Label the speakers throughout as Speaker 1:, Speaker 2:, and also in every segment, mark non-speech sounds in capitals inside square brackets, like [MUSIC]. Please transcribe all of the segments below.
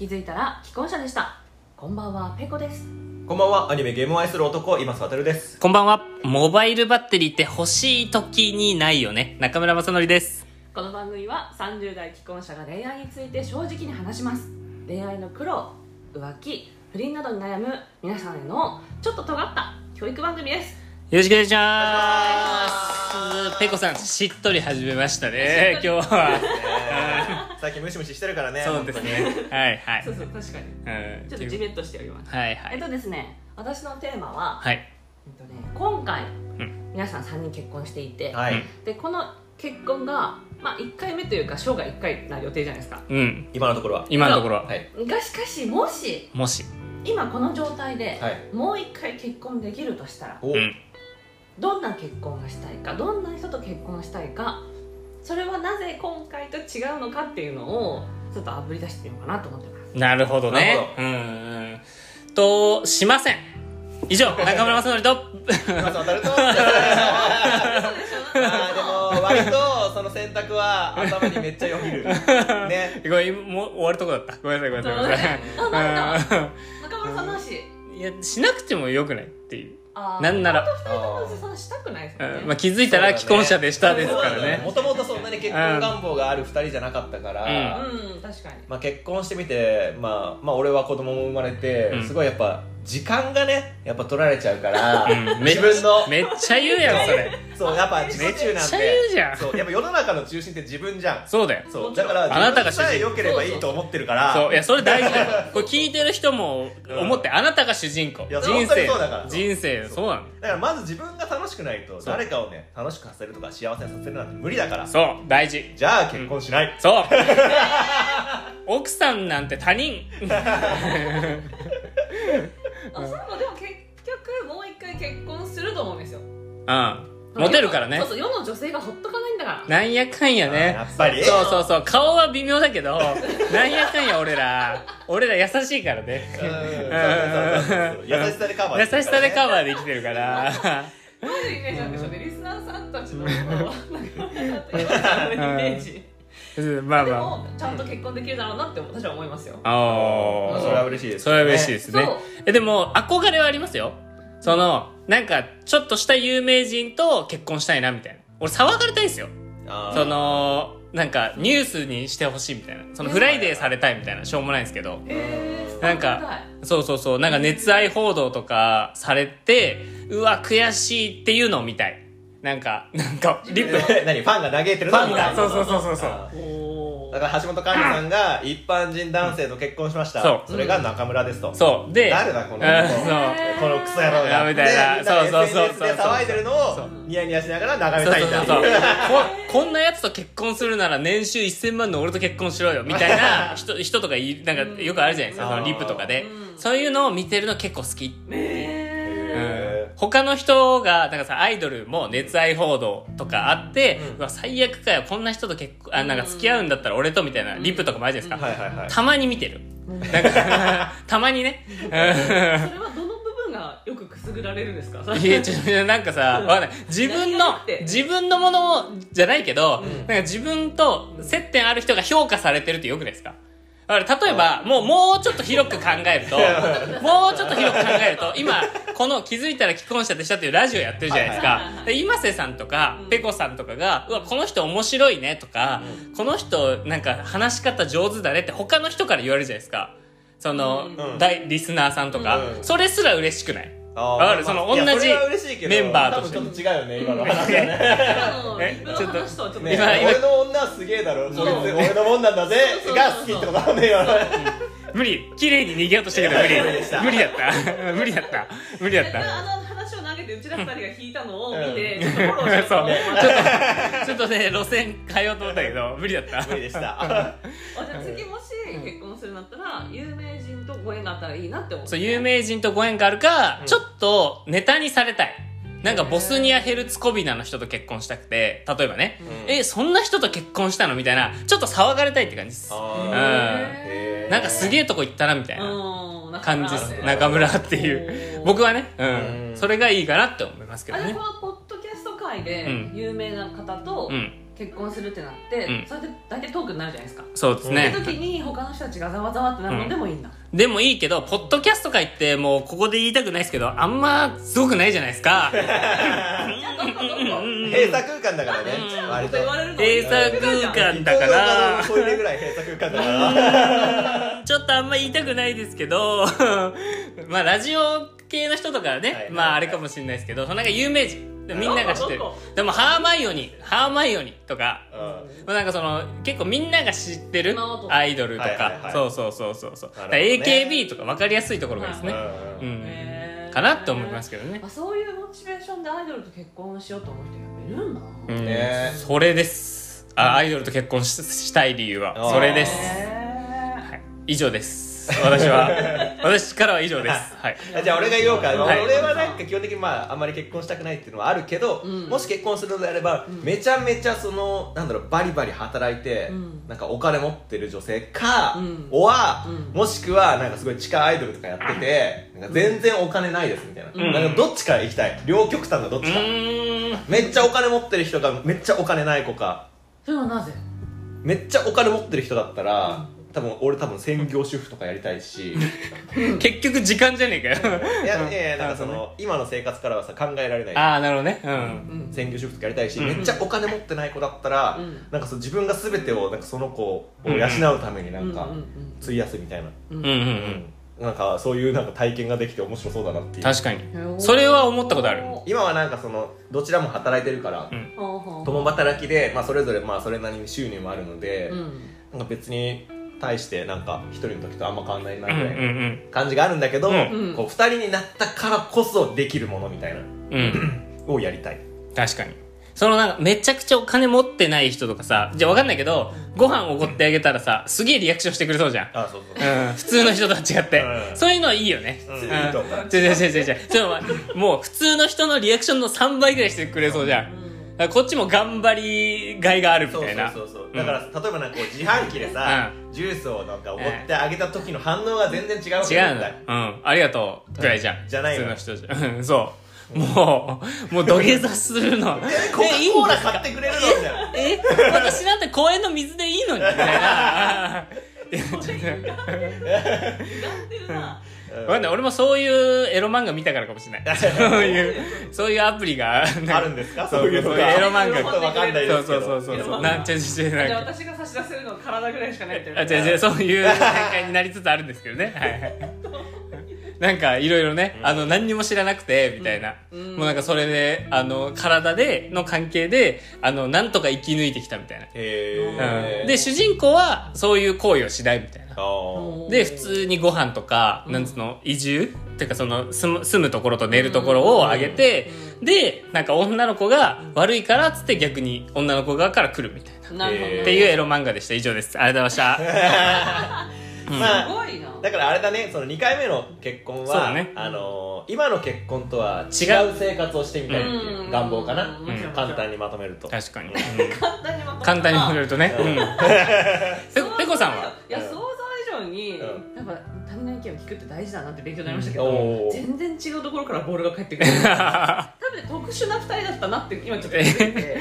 Speaker 1: づいたら既婚者でしたこんばんはペコです
Speaker 2: こんばんは、アニメゲームを愛する男、今須るです。
Speaker 3: こんばんは。モバイルバッテリーって欲しい時にないよね。中村正則です。
Speaker 1: この番組は30代既婚者が恋愛について正直に話します恋愛の苦労浮気不倫などに悩む皆さんへのちょっと尖った教育番組です
Speaker 3: よろしくお願いします。ペコさん、しっとり始めましたね。
Speaker 1: しっとり
Speaker 3: 今日は。
Speaker 2: 最近ムシムシしてるからね。
Speaker 3: そうですね。はいはい。
Speaker 1: そうそう確かに
Speaker 3: うん
Speaker 1: ちょっとジメッとしております
Speaker 3: はいは
Speaker 1: えっ
Speaker 3: い。
Speaker 1: とですね私のテーマは、
Speaker 3: はい。
Speaker 1: えっとね、今回、
Speaker 3: ん
Speaker 1: 皆さん3人結婚していて、
Speaker 2: 本当に。はい。
Speaker 1: でこの結婚が、まあ、1回目というか生涯1回な予定じゃないですか
Speaker 3: うん。
Speaker 2: 今のところは。
Speaker 3: 今のところは、
Speaker 2: はい。
Speaker 1: がしかしもし
Speaker 3: もし。
Speaker 1: 今この状態で、
Speaker 2: はい。
Speaker 1: もう1回結婚できるとしたら
Speaker 2: お、
Speaker 3: うん。
Speaker 1: どんな結婚がしたいかどんな人と結婚したいかそれはなぜ今回と違うのかっていうのをちょっとあぶり出してみようかなと思ってます
Speaker 3: なるほど
Speaker 2: な
Speaker 3: ね
Speaker 2: るほ。
Speaker 3: うんうん。と、しません。以上、中村正則と、
Speaker 2: 今渡
Speaker 3: [LAUGHS]
Speaker 2: ると。あ
Speaker 1: そうでしょ
Speaker 2: ーでも、割と、その選択は頭にめっちゃよぎる。ね。
Speaker 3: ごめん、もう終わるとこだった。ごめんなさい、ごめんなさいごめんなさい。
Speaker 1: あなんか
Speaker 3: うん
Speaker 1: 中村さんなし
Speaker 3: いや、しなくてもよくないっていう。
Speaker 1: あー
Speaker 3: なんなら
Speaker 1: 本当2人ともそんなしたくないですよね
Speaker 3: うんまあ、気づいたら既婚者でしたですからね
Speaker 2: もともとそんなに結婚願望がある二人じゃなかったから、
Speaker 1: うん確かに
Speaker 2: まあ、結婚してみて、まあ、まあ俺は子供も生まれて、
Speaker 3: うん
Speaker 2: すごいやっぱ時間がねやっぱ取られちゃうから、
Speaker 3: うんめっ
Speaker 2: 自分の
Speaker 3: めっちゃ言うやんそれ
Speaker 2: そうやっぱ自己中なん
Speaker 3: めっちゃ言
Speaker 2: て
Speaker 3: うじゃん
Speaker 2: そうやっぱ世の中の中心って自分じゃん
Speaker 3: そうだよ
Speaker 2: そ
Speaker 1: も
Speaker 2: う
Speaker 1: ちろ
Speaker 2: だ
Speaker 1: ん
Speaker 2: から
Speaker 3: あなたが主
Speaker 2: 自
Speaker 3: 人
Speaker 2: 分さえ良ければいいと思ってるから
Speaker 3: そういやそれ大事だよこれ聞いてる人も思ってあなたが主人公
Speaker 2: いや
Speaker 3: 人
Speaker 2: 本当に
Speaker 3: 生
Speaker 2: そうだから
Speaker 3: 人生そうなの
Speaker 2: だからまず自分が楽しくないと誰かをね楽しくさせるとか幸せにさせるなんて無理だから
Speaker 3: そう大事
Speaker 2: じゃあ結婚しない、
Speaker 3: そう
Speaker 2: [LAUGHS]
Speaker 3: 奥さんなんて他人
Speaker 1: あそうでも結局もう一回結婚すると思うんですよ
Speaker 3: うんモテるからね
Speaker 1: そうそう世の女性がほっとかないんだから
Speaker 3: なんやかんや
Speaker 2: あ
Speaker 3: ね
Speaker 2: やっぱり
Speaker 3: そうそうそう顔は微妙だけどなんやかんや俺ら俺ら優しいからね
Speaker 2: うんそうそうそうそう優しさでカバー
Speaker 3: 優しさで
Speaker 2: バ
Speaker 3: カ
Speaker 2: ー
Speaker 3: バーできて
Speaker 1: [LAUGHS]
Speaker 3: るから
Speaker 1: どういうイメージなんでしょうねリスナーさんたちのこう中村さんという方のイメージ
Speaker 3: うんまあ
Speaker 1: で
Speaker 3: まあ
Speaker 1: もちゃんと結婚できるだろうなって私は思いますよ
Speaker 3: あ
Speaker 2: まあ
Speaker 3: あ
Speaker 2: それは嬉しいです
Speaker 3: それは嬉しいです
Speaker 1: そう
Speaker 3: ねえでも憧れはありますよそのなんかちょっとした有名人と結婚したいなみたいな俺騒がれたいですよ
Speaker 2: あー
Speaker 3: そのなんかニュースにしてほしいみたいなそのフライデーされたいみたいなしょうもないんですけど
Speaker 1: へー
Speaker 3: なんかそうそうそうなんか熱愛報道とかされてうわ悔しいっていうのを見たいなんかなんかリップ
Speaker 2: え何ファンが嘆いてる
Speaker 3: フ
Speaker 2: の
Speaker 3: ァンが
Speaker 2: みた
Speaker 3: そ
Speaker 2: いうな
Speaker 3: そうそうそうそう
Speaker 2: あー
Speaker 1: おー
Speaker 2: だから橋本環奈さんが一般人男性と結婚しました、
Speaker 3: そう
Speaker 2: それが中村ですと
Speaker 3: そうで
Speaker 2: 誰だこの
Speaker 3: うん
Speaker 2: 子
Speaker 3: そう
Speaker 2: このクソ野郎が
Speaker 3: みたいな
Speaker 2: ねみんな
Speaker 3: そうそうそう
Speaker 2: SNS で騒いでるの
Speaker 3: そう
Speaker 2: をニヤニヤしながら眺
Speaker 3: そ
Speaker 2: め
Speaker 3: う
Speaker 2: たい
Speaker 3: そうん
Speaker 2: だ
Speaker 3: そうそうここんなやつと結婚するなら年収1000万の俺と結婚しろよみた
Speaker 2: [LAUGHS]
Speaker 3: いな人人とかいなんかよくあるじゃないです
Speaker 2: う
Speaker 3: か
Speaker 2: ん
Speaker 3: そのリップとかで
Speaker 1: うん
Speaker 3: そういうのを見てるの結構好き、
Speaker 1: ね
Speaker 2: へ
Speaker 3: 他の人がなんかさアイドルも熱愛報道とかあって、
Speaker 2: うん
Speaker 3: うわ最悪かよこんな人と結婚あなんか付き合うんだったら俺とみたいなリップとかもあるじゃない
Speaker 2: ー
Speaker 3: ですか、
Speaker 2: はいはいはい
Speaker 3: たまに見てるなん
Speaker 2: [LAUGHS]
Speaker 3: かたまにねうん
Speaker 1: ーそれはどの部分がよくくすぐられるんですか
Speaker 3: いやちょっとなんかさ、わかんない。自分
Speaker 1: 何
Speaker 3: の
Speaker 1: 々って、
Speaker 3: 自分のものじゃないけど、なんか自分と接点ある人が評価されてるってよくないですかだから例えば、もう、もうちょっと広く考え
Speaker 1: [LAUGHS]
Speaker 3: ると、もうちょっと広く考えると、今、この気づいたら既婚者でしたっていうラジオやってるじゃないです
Speaker 1: はいはいは
Speaker 3: か。で今瀬さんとか
Speaker 1: うん、
Speaker 3: ペコさんとかが、うわ、この人面白いねとか、この人なんか話し方上手だねって他の人から言われるじゃないですか。その、
Speaker 2: うん
Speaker 3: 大リスナーさんとか、
Speaker 2: うん
Speaker 3: それすら嬉しくない
Speaker 2: あー
Speaker 3: わかるその
Speaker 2: いや
Speaker 3: 同じ
Speaker 2: それは嬉しいけど
Speaker 3: メンバーとして
Speaker 2: 多分ちょっと違
Speaker 3: [LAUGHS]
Speaker 2: うよね今の話はね
Speaker 1: 今の
Speaker 3: え
Speaker 1: 今の話とはちょっと
Speaker 2: ね
Speaker 1: 違う
Speaker 3: 今今
Speaker 2: 俺の女はすげえだろこいつ
Speaker 1: そう
Speaker 2: 俺のもんなんだぜ
Speaker 1: そうそうそう
Speaker 2: が好きってことなんだよ
Speaker 3: 無理綺麗に逃げようとしたけど無理
Speaker 2: [LAUGHS] 無理でした
Speaker 3: 無理だった [LAUGHS] 無理だった無理だっ
Speaker 1: で
Speaker 3: た
Speaker 1: あの話を投げてうちら二人が引いたのを見
Speaker 2: う
Speaker 1: て
Speaker 2: ん
Speaker 1: ちょっとフォローしようと
Speaker 3: [LAUGHS] そう
Speaker 1: 思いまし
Speaker 3: ちょっとね路線変えようと思ったけど無理だった
Speaker 2: 無理
Speaker 3: [LAUGHS]
Speaker 2: でした
Speaker 1: たあじゃあ次もし結婚するんだったら有名人とご縁があったらいいなって思って
Speaker 3: そう有名人とご縁があるか、
Speaker 2: うん
Speaker 3: ちょっとネタにされたいなんかボスニア・ヘルツコビナの人と結婚したくて例えばね、
Speaker 2: うん
Speaker 3: えそんな人と結婚したのみたいなちょっと騒がれたいって感じです
Speaker 2: あー
Speaker 1: うん
Speaker 2: へー
Speaker 3: なんかすげえとこ行ったなみたいな
Speaker 1: うんなんか
Speaker 3: 感じです
Speaker 2: うん
Speaker 3: 中村っていう
Speaker 1: おー
Speaker 3: 僕はね、うん
Speaker 2: うん
Speaker 3: それがいいかなって思いますけど
Speaker 1: あじゃあ
Speaker 3: ね
Speaker 1: このポッドキャスト界で
Speaker 3: うん
Speaker 1: 有名な方と
Speaker 3: うん
Speaker 1: 結婚するってなって、
Speaker 3: うん
Speaker 1: それでだけトークになるじゃないですか、
Speaker 3: そうですね、
Speaker 1: その時に他の人たちがざわざわってなるのでもいいんだ、
Speaker 3: でもいいけどポッドキャスト界ってもうここで言いたくないですけどあんますごくないじゃないです
Speaker 2: [LAUGHS]
Speaker 3: か
Speaker 1: いやどこどこ
Speaker 2: 閉鎖空間だからね
Speaker 1: じゃあ
Speaker 2: 割
Speaker 1: こと
Speaker 2: と
Speaker 1: 言われるの
Speaker 3: 閉鎖空間だか
Speaker 2: 伊
Speaker 3: ら
Speaker 2: 藤洋華堂のトイレぐらい閉鎖空間だから
Speaker 3: ちょっとあんま言いたくないですけど [LAUGHS] まあラジオ系の人とかはね、
Speaker 2: はいはい
Speaker 3: まああれかもしれないですけどそのなんか有名人みんなが知ってる
Speaker 1: どこど
Speaker 3: でもハーマイオニーハーマイオニーとか
Speaker 2: うん
Speaker 3: まあなんかその結構みんなが知ってる
Speaker 1: 今男
Speaker 3: アイドルと
Speaker 2: はいはいは
Speaker 3: か
Speaker 2: い
Speaker 3: そうそうそうそうそうだから
Speaker 2: なるほどね
Speaker 3: AKB とか分かりやすいところがいいですね、
Speaker 2: うん
Speaker 3: うん
Speaker 1: へー
Speaker 3: かなって思いますけどね
Speaker 1: あそういうモチベーションでアイドルと結婚しようと思う人やっぱいるんだ
Speaker 3: う
Speaker 1: へ
Speaker 3: ん
Speaker 2: ね
Speaker 3: それですあアイドルと結婚ししたい理由
Speaker 2: あー
Speaker 3: はそれです、
Speaker 1: え
Speaker 3: はい、以上です私 [LAUGHS] は私からは以上です、はい、
Speaker 2: じゃあ俺が言おうか、
Speaker 3: はい
Speaker 2: 俺はなんか基本的にまああんまり結婚したくないっていうのはあるけど、
Speaker 1: うん
Speaker 2: もし結婚するのであれば、
Speaker 1: うん
Speaker 2: めちゃめちゃそのなんだろうバリバリ働いて、
Speaker 1: うん
Speaker 2: なんかお金持ってる女性か、
Speaker 1: うん
Speaker 2: は、
Speaker 1: うん
Speaker 2: もしくはなんかすごい地下アイドルとかやってて、なんか全然お金ないですみたいな、
Speaker 3: うん
Speaker 2: なんかどっちから行きたい両極端のどっ
Speaker 3: う
Speaker 2: ちか、
Speaker 3: ーん
Speaker 2: めっちゃお金持ってる人がめっちゃお金ない子か
Speaker 1: それはなぜ
Speaker 2: めっちゃお金持ってる人だったら多分俺多分専業主婦とかやりたいしい
Speaker 3: 結局時間じゃねえかよ
Speaker 2: やいやいやなんかその今の生活からはさ考えられない
Speaker 3: ああなるほどねうん
Speaker 1: うん
Speaker 2: 専業主婦とかやりたいし、
Speaker 3: うん
Speaker 2: めっちゃお金持ってない子だったら、
Speaker 1: うん
Speaker 2: なんかそう自分が全てをなんかその子を養うためになんか
Speaker 1: うんうん
Speaker 2: 費やすみたいな、
Speaker 1: うん
Speaker 3: うんうんうん
Speaker 2: うんなんかそういうなんか体験ができて面白そうだなっていう
Speaker 3: 確かに
Speaker 1: うんへー
Speaker 3: それは思ったことある
Speaker 1: ほ
Speaker 2: 今はなんかそのどちらも働いてるから、
Speaker 3: うん
Speaker 1: うほうほう
Speaker 2: 共働きで、まあ、それぞれまあそれなりに収入もあるので、
Speaker 1: うん
Speaker 2: なんか別に対してなんか一人の時とあんま変わんないな
Speaker 3: う
Speaker 2: み
Speaker 3: ん
Speaker 2: た
Speaker 3: う
Speaker 2: い
Speaker 3: ん
Speaker 2: な感じがあるんだけど、
Speaker 3: うん
Speaker 2: こう二人になったからこそできるものみたいな
Speaker 3: うんうん
Speaker 2: をやりたい
Speaker 3: 確かにそのなんかめちゃくちゃお金持ってない人とかさじゃあわかんないけどご飯おごってあげたらさすげえリアクションしてくれそうじゃん
Speaker 2: あそうそう
Speaker 3: うん普通の人とは違って、
Speaker 2: うん
Speaker 3: そういうのはいいよね、
Speaker 2: うん
Speaker 3: うん
Speaker 2: いいと思う
Speaker 3: 違う違う違う違うちょっと待ってもう普通の人のリアクションの3倍ぐらいしてくれそうじゃん、
Speaker 1: うん
Speaker 3: だからこっちも頑張りがいがあるみ
Speaker 2: そう
Speaker 3: たいな
Speaker 2: そうそうそうだから、例えばなんかこう自販機でさ、ジュースをなんかおごってあげた時の反応が全然違うわけ
Speaker 3: 違う
Speaker 2: 絶
Speaker 3: の
Speaker 2: 対
Speaker 3: うんありがとうぐらいじゃん、
Speaker 2: うんじゃないの
Speaker 3: 普通の人じゃうんそうもうもう土下座するの
Speaker 2: えコカ・
Speaker 3: えいい
Speaker 2: コ
Speaker 3: ん
Speaker 2: ー
Speaker 3: で
Speaker 2: ラ
Speaker 3: すか
Speaker 2: 買ってくれるのみたいな
Speaker 3: え私なんて公園の水でいいのにみたいないやちょっと
Speaker 1: やってるな
Speaker 2: うん
Speaker 3: わかんない俺もそういうエロ漫画見たからかもし
Speaker 2: [LAUGHS]
Speaker 3: れないそういうそういうアプリがなんか
Speaker 2: あるんですか
Speaker 3: そう
Speaker 2: そういうの
Speaker 3: そう
Speaker 2: が
Speaker 3: エロ漫画
Speaker 2: ちょっとわかんないで
Speaker 3: そう
Speaker 2: すけ
Speaker 3: そ
Speaker 2: ど
Speaker 3: うそうそう
Speaker 1: い
Speaker 3: そ
Speaker 1: や
Speaker 3: うなんちゃちゃちゃなん
Speaker 1: じゃあ
Speaker 3: か
Speaker 1: 私が差し出せるのは体ぐらいしかないって
Speaker 3: あ違う違うそういう展開になりつつあるんですけどねはいはいなんかいろいろね、あの何にも知らなくてみたいな、
Speaker 1: うん
Speaker 3: もうなんかそれであの体での関係であのなんとか生き抜いてきたみたいな、
Speaker 2: へ
Speaker 3: う
Speaker 2: ー
Speaker 3: ん、で主人公はそういう行為をしないみたいな
Speaker 2: あー
Speaker 3: で普通にご飯とか、
Speaker 1: うん
Speaker 3: なんつうの移住っていうかその住む住むところと寝るところをあげて、でなんか女の子が悪いからっつって逆に女の子側から来るみたいな、
Speaker 1: なるほどね
Speaker 3: っていうエロ漫画でした以上ですありがとうございました
Speaker 2: [LAUGHS] まあ
Speaker 1: すごいな
Speaker 2: だからあれだねその2回目の結婚
Speaker 3: そうだ
Speaker 2: は、
Speaker 3: ね
Speaker 2: あのー今の結婚とは違う生活をしてみたいって
Speaker 1: う
Speaker 2: い
Speaker 1: ん
Speaker 2: う願望かな、
Speaker 1: うん
Speaker 2: 簡単にまとめると
Speaker 3: 確かに、うん
Speaker 1: 簡単にまとめた
Speaker 3: 簡単に触れる
Speaker 2: [LAUGHS]
Speaker 3: とね、
Speaker 2: う
Speaker 3: うんん、ペペコさんはい
Speaker 1: や想像以上に、
Speaker 2: う
Speaker 1: やっぱ他人の意見を聞くって大事だなって勉強になりましたけ
Speaker 2: お
Speaker 1: ど
Speaker 2: ー
Speaker 1: 全然違うところからボールが返ってくる多分ね特殊な2人だったなって今ちょっと気づいて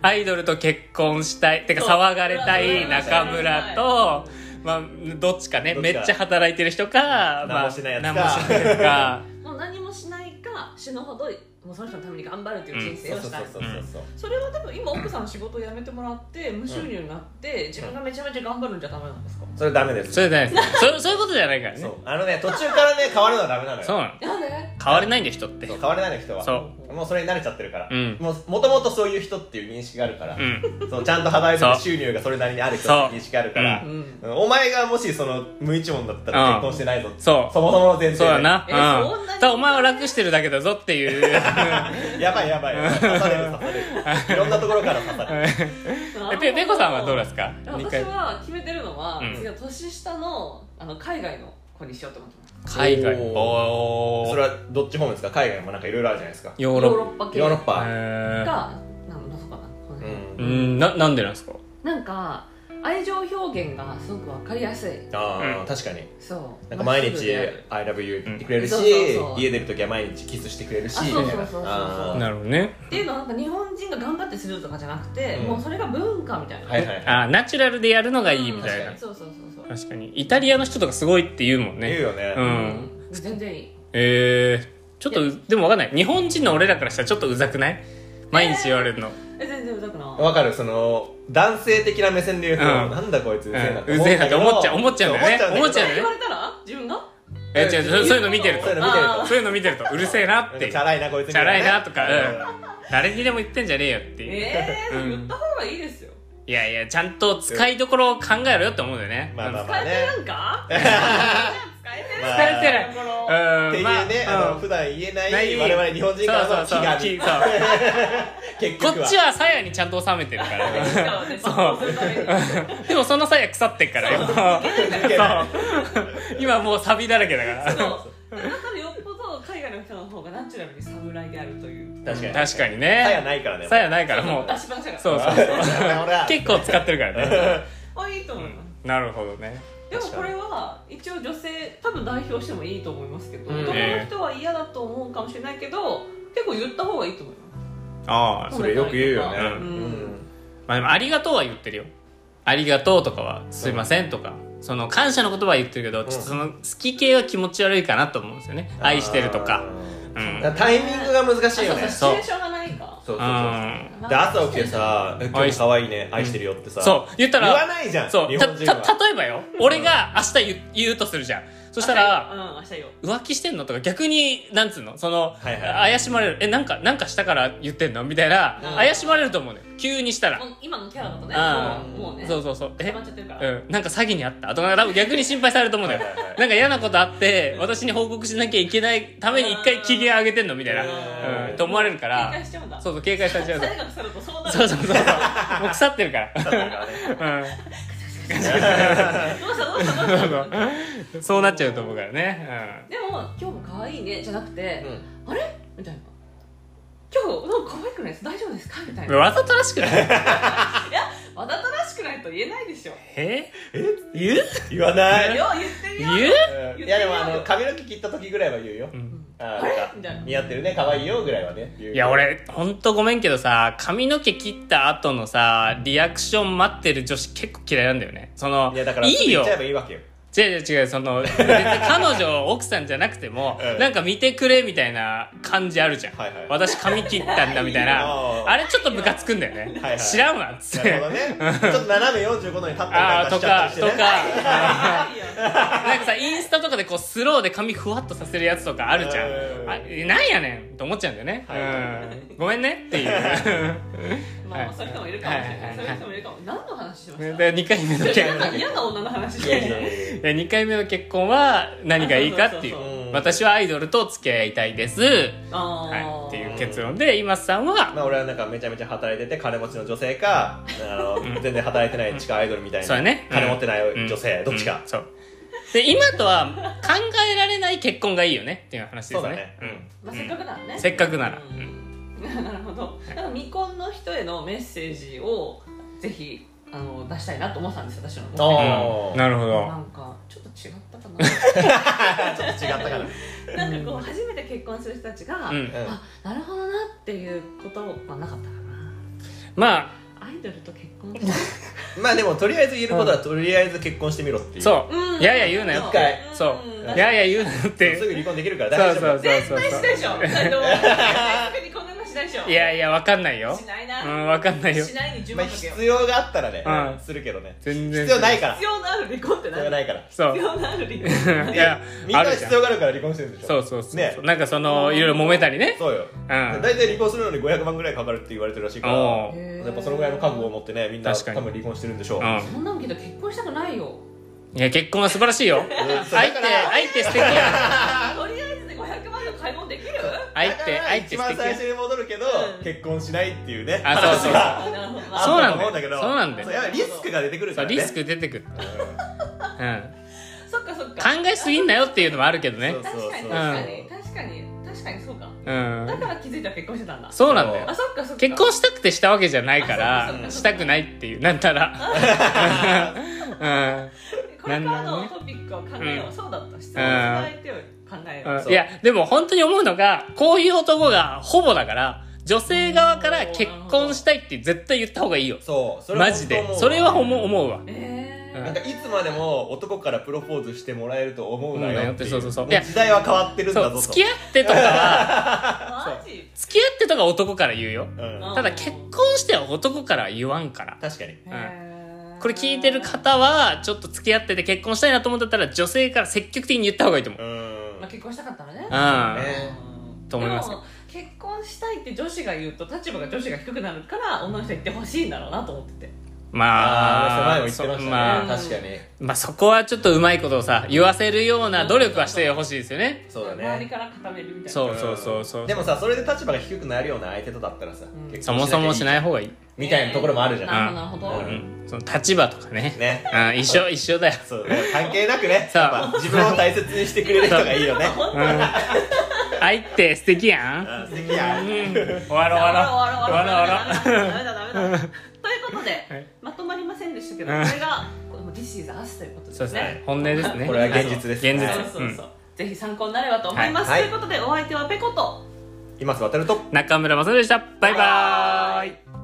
Speaker 3: アイドルと結婚したいてか
Speaker 1: そう
Speaker 3: 騒がれたい中村と、まあ、どっちかね
Speaker 2: どっ
Speaker 3: め
Speaker 2: ちか
Speaker 3: っちゃ働いてる人か、まあ、
Speaker 2: 何もしないやつか
Speaker 3: 何もしないや
Speaker 2: [LAUGHS]
Speaker 3: つか
Speaker 1: もう何もしないか死ぬほどもうその人のために頑張るっていう人生
Speaker 2: そう
Speaker 1: を
Speaker 2: そ
Speaker 1: し
Speaker 2: うそ
Speaker 1: たい、
Speaker 2: うそうそう、
Speaker 1: それは多分今奥さん仕事を辞めてもらって無収入になって自分がめちゃめちゃ頑張るんじゃダメなんですか、
Speaker 2: それダメです
Speaker 3: それじゃないですそうそういうことじゃないからね
Speaker 2: そ
Speaker 3: そう
Speaker 2: うあのね途中からね変わるのはダメなのよ
Speaker 3: なの
Speaker 1: なんで
Speaker 3: 変われないんだよ人って
Speaker 2: そう変われないの人は
Speaker 3: そ
Speaker 2: もうそれに慣れちゃってるから、
Speaker 3: うん
Speaker 2: もうもともとそういう人っていう認識があるから
Speaker 3: う、ん
Speaker 2: そうちゃんと働いて
Speaker 3: そ
Speaker 2: る
Speaker 3: う
Speaker 2: 収入がそれなりにある人っていう認識があるから
Speaker 3: そう
Speaker 1: う、ん
Speaker 2: うんお前がもしその無一文だった
Speaker 3: うん
Speaker 2: ら結婚してないぞって
Speaker 3: そう
Speaker 2: そもそもの前提で
Speaker 3: そうだな
Speaker 1: え
Speaker 3: うん
Speaker 1: そんなに
Speaker 3: ただお前は楽してるだけだぞっ
Speaker 2: [LAUGHS]
Speaker 3: ていう
Speaker 2: やばいやばい刺される刺されるいろんなところから刺される
Speaker 1: な
Speaker 3: え
Speaker 1: るほ
Speaker 3: ペペコさんはどうです
Speaker 1: か
Speaker 3: か二
Speaker 1: 私
Speaker 3: 回
Speaker 1: は決めてるのは、
Speaker 3: うん
Speaker 1: 次は年下のあの海外の子にしようと思ってます
Speaker 3: 海外
Speaker 2: お
Speaker 3: おー
Speaker 2: それはどっち方面ですか海外もなんかいろいろあるじゃないですか
Speaker 3: ヨ
Speaker 1: ヨ
Speaker 3: ー
Speaker 1: ー
Speaker 3: ロ
Speaker 1: ロ
Speaker 3: ッ
Speaker 1: ッパ系
Speaker 2: ヨーロッ
Speaker 3: パ
Speaker 2: パ
Speaker 3: へ
Speaker 1: がな
Speaker 3: ー
Speaker 1: んだそうかなこの辺
Speaker 3: うんななんでなんですか
Speaker 1: なんか愛情表現がすごくわかりやすい
Speaker 2: ああ、
Speaker 3: うん
Speaker 2: 確かに
Speaker 1: そう
Speaker 2: なんか毎
Speaker 1: まっすぐ
Speaker 2: 日
Speaker 1: である
Speaker 2: 「ILOVEYOU」言ってくれるし、
Speaker 1: うんそうそうそう
Speaker 2: 家出る時は毎日キスしてくれるし
Speaker 1: あ
Speaker 2: み
Speaker 1: そうそう
Speaker 2: たい
Speaker 1: そうそ
Speaker 2: な
Speaker 1: う
Speaker 2: あー
Speaker 3: なるほどね
Speaker 1: っていうのはなんか日本人が頑張ってするとかじゃなくて、
Speaker 2: うん
Speaker 1: もうそれが文化みたいな、
Speaker 2: はいはいはい
Speaker 3: あナチュラルでやるのがいいみたいな
Speaker 1: うんそうそうそうそう
Speaker 3: 確かにイタリアの人とかすごいって言うもん
Speaker 2: 言う
Speaker 3: ね
Speaker 2: よね、
Speaker 3: う
Speaker 1: うん全然いい
Speaker 3: えー、ちょっとうでもわかんない日本人の俺らからしたらちょっとうざくない毎日言われるの、
Speaker 1: え全然うざくない
Speaker 2: わかるその男性的な目線で言うと、
Speaker 3: うん
Speaker 2: なんだこいつう
Speaker 3: う
Speaker 2: ぜえなって
Speaker 3: ん、うぜえなって思っちゃう思っちゃうんだよね思
Speaker 2: 思
Speaker 3: っ
Speaker 2: っ
Speaker 3: ち
Speaker 2: ちゃ
Speaker 3: ゃう
Speaker 2: うんん
Speaker 1: 言
Speaker 3: だよ
Speaker 1: わ
Speaker 3: ね
Speaker 1: れたら自分が
Speaker 3: え違う違うそういうの見てると
Speaker 2: そういうの見て
Speaker 1: あ
Speaker 2: ると
Speaker 1: ー
Speaker 3: そういうの見てるとうるせえなって
Speaker 2: チャラいなこいつ
Speaker 3: チ
Speaker 2: み
Speaker 3: ャ
Speaker 2: た
Speaker 3: ラ
Speaker 2: い
Speaker 3: い
Speaker 2: な
Speaker 3: なとか、うん、誰にでも言ってんじゃねえよっていう、
Speaker 1: ええー
Speaker 3: うん
Speaker 1: 言った方がいいですよ
Speaker 3: いやいやちゃんと使いどころを考えろよって思うんだよね、
Speaker 2: まあまあま
Speaker 1: 使
Speaker 2: あ
Speaker 1: え
Speaker 2: ね
Speaker 1: てるんか使えてる
Speaker 2: まあ
Speaker 3: 使えてない
Speaker 1: この
Speaker 3: うん
Speaker 2: っていう
Speaker 3: まあ
Speaker 2: ね、あ
Speaker 3: う
Speaker 2: の
Speaker 3: ん
Speaker 2: 普段言えな
Speaker 3: ない
Speaker 2: い我々日本人から [LAUGHS] の気が
Speaker 3: そうそうそう気そう
Speaker 2: 結局
Speaker 3: こっちは鞘にちゃんと収めてるから
Speaker 1: 文化をねバカをするために
Speaker 3: でもその鞘腐ってっからよ
Speaker 2: [LAUGHS]
Speaker 3: そう今もうサビだらけだから
Speaker 1: そうだからよっぽど海外の人の方がナチュラルに侍であるという
Speaker 2: 確かに
Speaker 3: 確かに
Speaker 2: [LAUGHS] さや
Speaker 3: ね
Speaker 2: ないからね
Speaker 3: 鞘ないからもう
Speaker 1: 出しましたから
Speaker 3: そうそう
Speaker 2: 俺は
Speaker 3: [LAUGHS] 結構使ってるからね
Speaker 1: あいいと思います、
Speaker 3: なるほどね
Speaker 1: でもこれは一応女性多分代表してもいいと思いますけど、
Speaker 2: うん
Speaker 1: 男の人は嫌だと思うかもしれないけど結構言った方がいいと思います
Speaker 3: ああ
Speaker 2: それよく言うよね、
Speaker 3: うん
Speaker 2: うん
Speaker 3: まあでもありがとうは言ってるよありがとうとかはすいませんとかその感謝の言葉は言ってるけどちょっとその好き系は気持ち悪いかなと思うんですよね愛してるとかうん
Speaker 2: だからタイミングが難しいよね
Speaker 1: あ
Speaker 2: そう
Speaker 1: そうシチュエーションがないか
Speaker 2: そうそうそ
Speaker 3: うん
Speaker 2: うで朝起きてさ「え今日可愛いね愛してるよ」ってさ
Speaker 3: そう言ったら
Speaker 2: 言わないじゃん
Speaker 3: そう
Speaker 2: 日
Speaker 3: た
Speaker 2: 本人は
Speaker 3: た例えばよ俺が明日言う言うとするじゃんそしたら
Speaker 1: うん明日よ
Speaker 3: 浮気してんのとか逆になんつうのその、
Speaker 2: はいはい
Speaker 3: 怪しまれるえなんかなんかしたから言ってんのみたいな、
Speaker 1: うん
Speaker 3: 怪しまれると思うね急にしたら、
Speaker 1: もう今のキャラだとね
Speaker 3: あー
Speaker 1: もうもうね
Speaker 3: そうそうそうえ
Speaker 1: 始まっちゃってるから、
Speaker 3: うん、なんか詐欺にあったとか多分逆に心配されると思うんだよ
Speaker 2: はいはいはい
Speaker 3: なんか嫌なことあって私に報告しなきゃいけないために一回機嫌上げてんのみたいな、
Speaker 2: うん
Speaker 3: うん、と思われるか
Speaker 1: 警
Speaker 3: ら
Speaker 1: 戒しちゃうんだ
Speaker 3: そうそう警戒されちゃう
Speaker 1: 最後にされるとそうなる
Speaker 3: そうそうそうそうもう腐ってるから
Speaker 2: だからね
Speaker 3: うん
Speaker 1: どうしたどうしたどうした
Speaker 3: そうなっちゃうと思うからね。
Speaker 1: でも今日も可愛いねじゃなくて、
Speaker 2: う
Speaker 1: あれみたいな今日なんか可愛くないです大丈夫ですかみたい
Speaker 3: うん、
Speaker 1: な
Speaker 3: わざとらしくない。
Speaker 1: わざとらしくないと言えないでしょよ
Speaker 3: え言う
Speaker 2: 言わない
Speaker 1: 言ってみよう
Speaker 3: 言う
Speaker 2: うんいやでもあの髪の毛切った時ぐらいは言うよあーなんか
Speaker 1: みたいな
Speaker 2: 似合ってるね可愛いよぐらいはね言う
Speaker 3: いや俺ほんとごめんけどさ髪の毛切った後のさリアクション待ってる女子結構嫌いなんだよねその
Speaker 2: いやだから
Speaker 3: いい
Speaker 2: 言
Speaker 3: よ
Speaker 2: っちゃえばいいわけよ
Speaker 3: 違う違う違うその別に彼女奥さんじゃなくて
Speaker 2: [LAUGHS]
Speaker 3: も、
Speaker 2: うん
Speaker 3: なんか見てくれみたいな感じあるじゃん、
Speaker 2: はいはい
Speaker 3: 私髪切ったんだみたいな
Speaker 2: いいよ
Speaker 3: あれちょっとムカつくんだよね、
Speaker 2: はいはい
Speaker 3: 知らんわっつっ
Speaker 2: な
Speaker 3: て
Speaker 2: るほどねちょっと斜め45度に立ったり
Speaker 3: あ
Speaker 2: な
Speaker 3: あ
Speaker 2: んか
Speaker 3: と
Speaker 2: しちゃった
Speaker 3: か
Speaker 2: りして
Speaker 3: と
Speaker 2: ね
Speaker 3: か
Speaker 1: いやいや
Speaker 3: なんかさインスタとかでこうスローで髪ふわっとさせるやつとかあるじゃん
Speaker 2: うん
Speaker 3: あなんやねんと思っちゃうんだよね、
Speaker 2: はい
Speaker 3: うんごめんねっていう
Speaker 2: [LAUGHS]
Speaker 1: まあそういう人もいるかもしれない、
Speaker 3: はい
Speaker 1: そういう人もいるかも何の話してました
Speaker 3: で2回目の結
Speaker 1: なんか [LAUGHS] 嫌な女の話し
Speaker 2: い
Speaker 1: て
Speaker 2: や
Speaker 1: る
Speaker 2: いやいやいや
Speaker 3: で二回目の結婚は何がいいかっていう
Speaker 1: あそう
Speaker 2: そうそう
Speaker 3: 私はアイドルと付き合いたいです、
Speaker 1: あー
Speaker 3: はい、っていう結論で今さんは
Speaker 2: まあ俺はなんかめちゃめちゃ働いてて金持ちの女性かあの全然働いてない地下アイドルみたい
Speaker 3: そう
Speaker 2: な
Speaker 3: やね
Speaker 2: 金持ってない女
Speaker 3: う
Speaker 2: 性
Speaker 3: ん
Speaker 2: どっちか
Speaker 3: うんそうで今とは考えられない結婚がいいよねっていう話で
Speaker 2: そう
Speaker 3: す
Speaker 2: だ
Speaker 3: ね
Speaker 2: ねうん
Speaker 1: まあ、せっかくならね、
Speaker 3: せっかくなら
Speaker 1: うん [LAUGHS] なるほどだから未婚の人へのメッセージをぜひあの出したいなと思ってたんです私の目的
Speaker 2: あ
Speaker 1: が
Speaker 2: ー
Speaker 3: なるほ
Speaker 1: な
Speaker 3: ど
Speaker 1: んかちょっと違ったか
Speaker 2: ちょっと違ったかな
Speaker 3: [LAUGHS]
Speaker 1: ななんかこう初めて結婚する人たちが、
Speaker 3: うん
Speaker 1: あなるほどなっていうことはなかったか
Speaker 3: ま
Speaker 1: なアイドルと結婚した
Speaker 2: うんまあでもとりあえず言えることはとりあえず結婚してみろってい
Speaker 3: あ
Speaker 2: う
Speaker 3: そう、
Speaker 1: うん
Speaker 3: やや言うなよ
Speaker 1: 一
Speaker 2: 回
Speaker 3: そう、
Speaker 1: うん
Speaker 3: やや言うなよっ
Speaker 2: す
Speaker 3: て
Speaker 2: ぐ離婚できるから
Speaker 3: そう
Speaker 2: 大丈
Speaker 3: そ
Speaker 2: 夫
Speaker 3: うそ
Speaker 1: 絶
Speaker 3: うそう
Speaker 1: 対しないでしょあの絶対にこんな話しないでしょ
Speaker 3: いやいやわかんないよ
Speaker 1: しないうな、
Speaker 3: んわかんないよ
Speaker 1: しないに10
Speaker 2: まあ
Speaker 1: 万かけよう
Speaker 2: 必要があったらね
Speaker 3: うん
Speaker 2: するけどね
Speaker 3: 全然
Speaker 2: 必要ないから
Speaker 1: 必要のある離婚って
Speaker 2: 必
Speaker 1: 何
Speaker 2: 要ないから
Speaker 3: そう
Speaker 1: 必要のある離婚
Speaker 3: いや
Speaker 2: みんな
Speaker 3: あるじゃん
Speaker 2: 必要があるから離婚してるんでしょ
Speaker 3: そうそうそう、
Speaker 2: ね
Speaker 3: なんかそのいろいろ揉めたりね
Speaker 2: そうよ
Speaker 3: ん
Speaker 2: 大体離婚するのに500万ぐらいかかるって言われてるらしいから
Speaker 3: お
Speaker 1: ー
Speaker 2: やっぱそのぐらいの覚悟を持ってねみんな
Speaker 3: 確かに
Speaker 2: 多分離婚してるんでしょう
Speaker 3: うん
Speaker 1: そんなんけど結婚したくないよ
Speaker 3: いや結婚は素晴らしいよ
Speaker 2: うんそう
Speaker 3: 相
Speaker 2: だか
Speaker 3: 手
Speaker 2: ら
Speaker 3: 相手素敵や
Speaker 1: とりあえずで500万の買い物できる
Speaker 3: 相
Speaker 2: だか
Speaker 3: 手
Speaker 2: ら
Speaker 3: 相手
Speaker 2: 一
Speaker 3: 素
Speaker 2: 番
Speaker 3: 敵
Speaker 2: 最
Speaker 3: や
Speaker 2: 初に戻るけど、
Speaker 1: うん
Speaker 2: 結婚しないっていうね
Speaker 3: あそうそう
Speaker 2: が
Speaker 1: なるほどな
Speaker 3: そうなんだよ
Speaker 2: あったと思けど
Speaker 3: そうなんだよ
Speaker 2: やっぱリスクが出てくる
Speaker 3: そ
Speaker 2: か
Speaker 3: う
Speaker 2: らね
Speaker 3: リスク出てくる、うん、
Speaker 1: そっかそっか
Speaker 3: 考えすぎんなよっていうのもあるけどね
Speaker 2: そうそう
Speaker 1: 確かに
Speaker 2: そ
Speaker 1: 確
Speaker 2: う
Speaker 1: かに確かに確確かにそうか
Speaker 3: うん
Speaker 1: だから気づいたら結婚してたんだ
Speaker 3: そうなんだよ
Speaker 1: あそっかそっか
Speaker 3: 結婚したくてしたわけじゃないか
Speaker 1: あそうかそう
Speaker 3: ら
Speaker 1: か
Speaker 3: したくないっていうなんた [LAUGHS]
Speaker 1: これか
Speaker 3: ら、
Speaker 1: ら
Speaker 3: なんだ
Speaker 1: の
Speaker 3: ね
Speaker 1: トピックを考えよう、
Speaker 3: うん
Speaker 1: そうだった質問する相手を考え
Speaker 3: う
Speaker 1: よ
Speaker 3: ん
Speaker 1: う、
Speaker 3: うん、いやでも本当に思うのがこういう男がほぼだから女性側から結婚したいって絶対言った方がいいよ
Speaker 2: そうそれ
Speaker 3: マジで
Speaker 2: 本当思う
Speaker 3: それは思う思うわ
Speaker 1: え
Speaker 3: う
Speaker 2: なん
Speaker 1: ー
Speaker 2: かいつまでも男からプロポーズしてもらえると思うなよってい
Speaker 3: うんそうそうそう
Speaker 2: も時代は変わってるんだ
Speaker 3: そ
Speaker 2: ぞ
Speaker 3: う
Speaker 2: と
Speaker 3: 付き合ってとかは
Speaker 1: マジ
Speaker 3: 付き合ってとかは男から言うよ
Speaker 2: うん、
Speaker 3: ただ結婚しては男からは言わんから
Speaker 2: 確かに
Speaker 3: うん
Speaker 1: へー
Speaker 3: これ聞いてる方はちょっと付き合ってて結婚したいなと思ってたら女性から積極的に言った方がいいと思う
Speaker 2: う
Speaker 1: まあ、
Speaker 2: ん
Speaker 1: 結婚したかったらね
Speaker 3: うん
Speaker 2: ね
Speaker 1: うん
Speaker 3: と思います
Speaker 1: でも結婚したいって女子が言うと立場が女子が低くなるから女の人言ってほしいんだろうなと思ってて
Speaker 3: ま
Speaker 2: あー
Speaker 3: あ
Speaker 2: その前も言ってました
Speaker 3: そま
Speaker 2: ね、
Speaker 3: あ
Speaker 1: あ
Speaker 2: 確かに
Speaker 3: まあそこはちょっとうまいことをさ言わせるような努力はしてほしいですよね
Speaker 2: そうだ
Speaker 1: 周り
Speaker 2: ね
Speaker 1: から固めるみたいな
Speaker 3: そう
Speaker 2: うん
Speaker 3: そうそうそう
Speaker 2: でもさそれで立場が低くなるような相手とだったらさ、
Speaker 1: ん
Speaker 2: 結
Speaker 3: そ
Speaker 2: 婚
Speaker 3: もそもしないい方がいい、
Speaker 2: みたいなところもあるじゃん、
Speaker 1: なるほどなるほど、
Speaker 2: う
Speaker 3: うん、その立場とかね
Speaker 2: ね
Speaker 3: うん、一緒一緒だよ
Speaker 2: そうね関係なくね
Speaker 3: そう
Speaker 2: やっぱ自分を大切にしてくれる人がいいよね
Speaker 1: 本当
Speaker 3: うん愛って素敵やん
Speaker 2: うん素敵や
Speaker 3: うん終わろう終
Speaker 1: 終
Speaker 3: わ
Speaker 1: わ
Speaker 3: ろ
Speaker 1: ろ
Speaker 3: う
Speaker 1: う
Speaker 3: 終
Speaker 1: 終
Speaker 3: わ
Speaker 1: わ
Speaker 3: ろう
Speaker 1: ろう
Speaker 3: 終わろう
Speaker 1: ダメだダメだダメだということで、
Speaker 3: はい
Speaker 1: まとまりませんでしたけど
Speaker 3: うん
Speaker 1: これがこれも This is us ということで
Speaker 3: そうです
Speaker 1: す
Speaker 3: ね
Speaker 1: ね
Speaker 3: 本音ですね
Speaker 2: これは現実です
Speaker 3: 現実
Speaker 1: そうそうそう、ぜひ参考になればと思います、
Speaker 2: はい
Speaker 1: ということでお相手はペコと
Speaker 2: 今す渡ると
Speaker 3: 中村雅俊でしたバイバーイ